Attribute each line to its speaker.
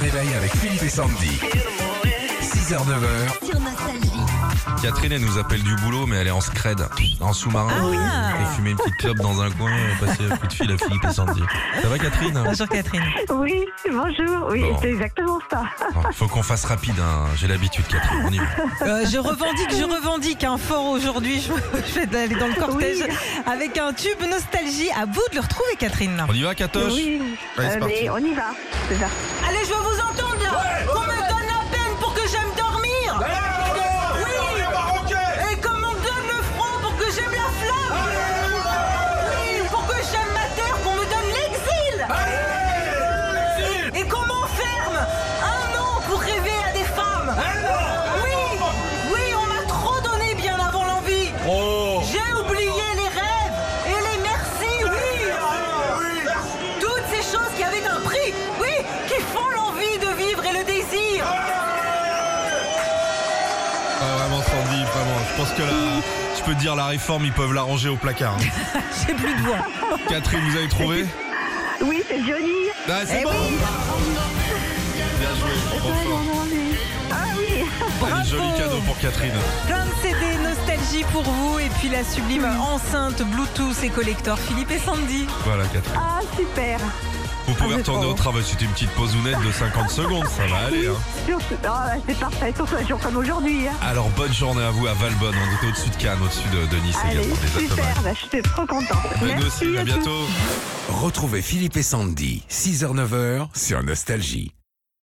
Speaker 1: réveil avec Philippe et Sandy. 6h-9h,
Speaker 2: sur Nostalgie.
Speaker 3: Catherine, elle nous appelle du boulot, mais elle est en scred, en sous-marin.
Speaker 4: Ah.
Speaker 3: Et fumer une petite clope dans un coin, passer un coup de fil à Philippe et Sandy. Ça va, Catherine
Speaker 4: Bonjour Catherine.
Speaker 5: Oui, bonjour. Oui,
Speaker 3: Bon.
Speaker 5: c'est exactement ça.
Speaker 3: Attends, Faut qu'on fasse rapide, hein. j'ai l'habitude, Catherine. On y va.
Speaker 4: Euh, je revendique, je revendique un fort aujourd'hui. Je, je vais aller dans le cortège avec un tube nostalgie. À bout de le retrouver, Catherine.
Speaker 3: On y va, Katoche
Speaker 5: oui,
Speaker 3: Allez, c'est
Speaker 5: Euh,
Speaker 3: parti.
Speaker 5: mais on y va. C'est ça.
Speaker 4: Allez, je veux vous entendre là. Qu'on me donne la peine pour que j'aime dormir. Oui. Et qu'on me donne le front pour que j'aime la flamme. Oui, pour que j'aime ma terre, qu'on me donne l'exil. Et qu'on m'enferme un an pour rêver à des femmes. Oui, oui, on m'a trop donné bien avant l'envie. J'ai oublié les rêves et les merci, oui. Toutes ces choses qui avaient un prix, oui, qui font l'envie de vivre et le désir.
Speaker 3: Ah, vraiment, Sandy, vraiment. Je pense que là, je peux te dire, la réforme, ils peuvent la ranger au placard. hein.
Speaker 4: J'ai plus de voix.
Speaker 3: Catherine, vous avez trouvé
Speaker 5: Oui, Eh c'est Johnny.
Speaker 3: Ah,
Speaker 4: Eh
Speaker 3: c'est bon Bien joué, trop fort.
Speaker 5: Ah oui.
Speaker 3: Allez, joli
Speaker 4: Bravo.
Speaker 3: cadeau pour Catherine.
Speaker 4: Plein de CD nostalgie pour vous et puis la sublime enceinte Bluetooth et collector Philippe et Sandy.
Speaker 3: Voilà, Catherine.
Speaker 5: Ah super.
Speaker 3: Vous pouvez
Speaker 5: Ah, c'est
Speaker 3: retourner
Speaker 5: bon.
Speaker 3: au travail. C'était une petite pause ounette de 50 secondes, ça va aller. Hein.
Speaker 5: Surtout- ah, bah, c'est parfait. Surtout un jour comme aujourd'hui. hein.
Speaker 3: Alors, bonne journée à vous à Valbonne. On était au-dessus de Cannes, au-dessus de, de Nice
Speaker 5: Allez,
Speaker 3: également. Des
Speaker 5: super.
Speaker 3: Alpes-Maritimes.
Speaker 5: Bah, je suis trop contente.
Speaker 3: Mais nous aussi, à
Speaker 5: tous.
Speaker 3: bientôt.
Speaker 1: retrouvez Philippe et Sandy. 6h-9h sur Nostalgie.